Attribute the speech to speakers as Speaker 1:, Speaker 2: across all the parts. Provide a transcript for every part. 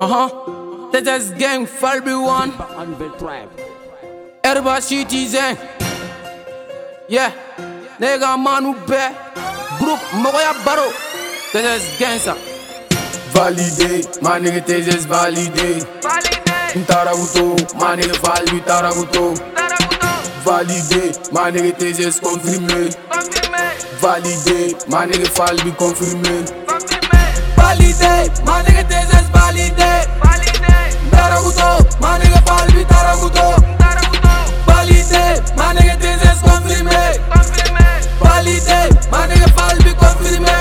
Speaker 1: Uh huh. That is gang Falbi one. Everybody shit is in. Yeah. Nigga manu be. Group Mogoya Baro. That is gangsta.
Speaker 2: Validate, my nigga Tejas validate. Ntaraguto, my nigga Valbi Taraguto. Validate, my nigga Tejas confirmé. Validate, my nigga Falbi confirmé. Validate, my nigga Tejas validate. Taraguto, my nigga Valbi Taraguto. Validate, my nigga Tejas confirmé. Validate, my nigga Falbi confirmé.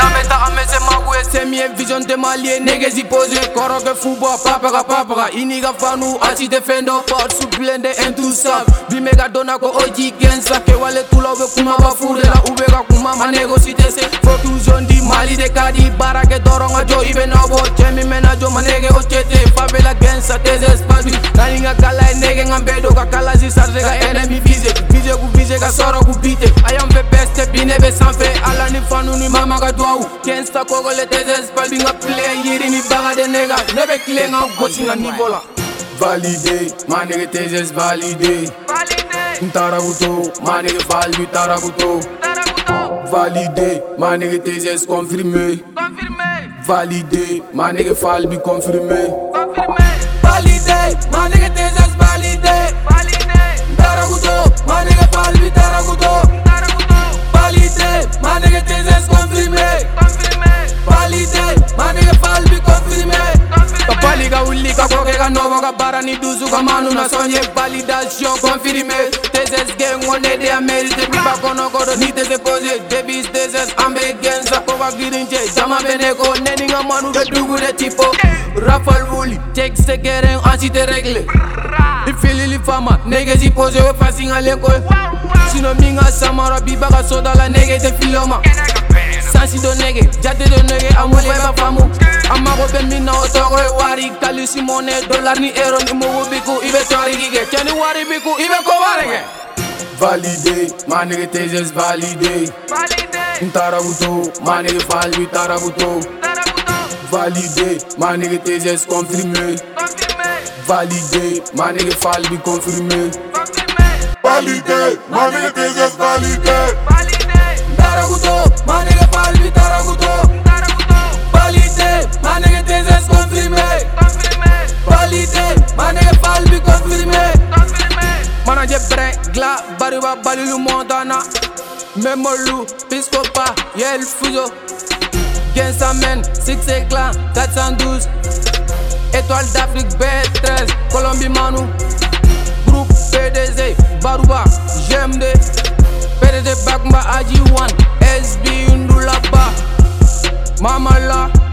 Speaker 2: Dame ta ame se magwe se mie vision te malie nege si pose koro ke fuba papaka papaka ini ka fanu achi te fendo pot su blende en tu sap bime ka dona ko oji gensa ke wale tula ube kuma ba fure la ube ka kuma ma negosi te se fotu zondi mali de kadi bara ke doronga jo ibe na bo chemi mena jo ma nege o chete favela gensa te se spasi nani nga kala e nege nga mbedo ka kala si sarse ka enemy vise vise ku vise ka soro ku bite ayam pe peste eh, bine be sanfe ala ni fanu ni mama ka dwawu kensta kogole teses balbi nga play yiri ni baga de nega ne be kile nga gosi nga nivola valide ma nege teses valide ntaraguto ma nege valbi taraguto valide ma nege teses confirmé valide ma nege falbi confirmé valide ma nege teses valide taraguto ma nege falbi taraguto valide ma nege teses confirmé valide ma nege falbi confirmé kapali ka wuli ka kɔkɛ ka nɔbɔ ka baara ni dusu ka manu na sɔn ye validation confirmé tss gɛn ŋo ne de a mérité biba kɔnɔ kɔdɔ ni tɛ se pose debis tss an be gɛn sa ko ka girin cɛ jama be ne ko ne ni ka manu bɛ dugu de tipo rafal wuli cɛk se gɛrɛn an si tɛ règle i filili fama nege si pose o fasi ŋalen koye sinɔ min ka samara biba ka soda la nege tɛ filɛ o ma sansi do nege jate do nege a mɔlɛ b'a faamu a mago bɛ min na o tɔgɔ ye wari kalisi mɔnɛ dolar ni ero ni mugu bi kun i bɛ tɔriki kɛ cɛ ni wari bi kun i bɛ kobare kɛ valide ma nege teses valide ntaraguto ma nege valbi taraguto valide ma nege teses confirmé valide ma nege falbi confirmé
Speaker 3: Validate, my nigga, this is validate.
Speaker 2: taraguto ma nege falbi taraguto valide ma nege teses confirmé valide ma nege falbi confirmé manaje brɛ gla bariba balilu montana memolu piscopa yel fuso gensamen 6 clan 412 étoile d'afrique b13 colombie manu groupe pdg baruba gmd pdg bakma aji 1 sb undulaba mamala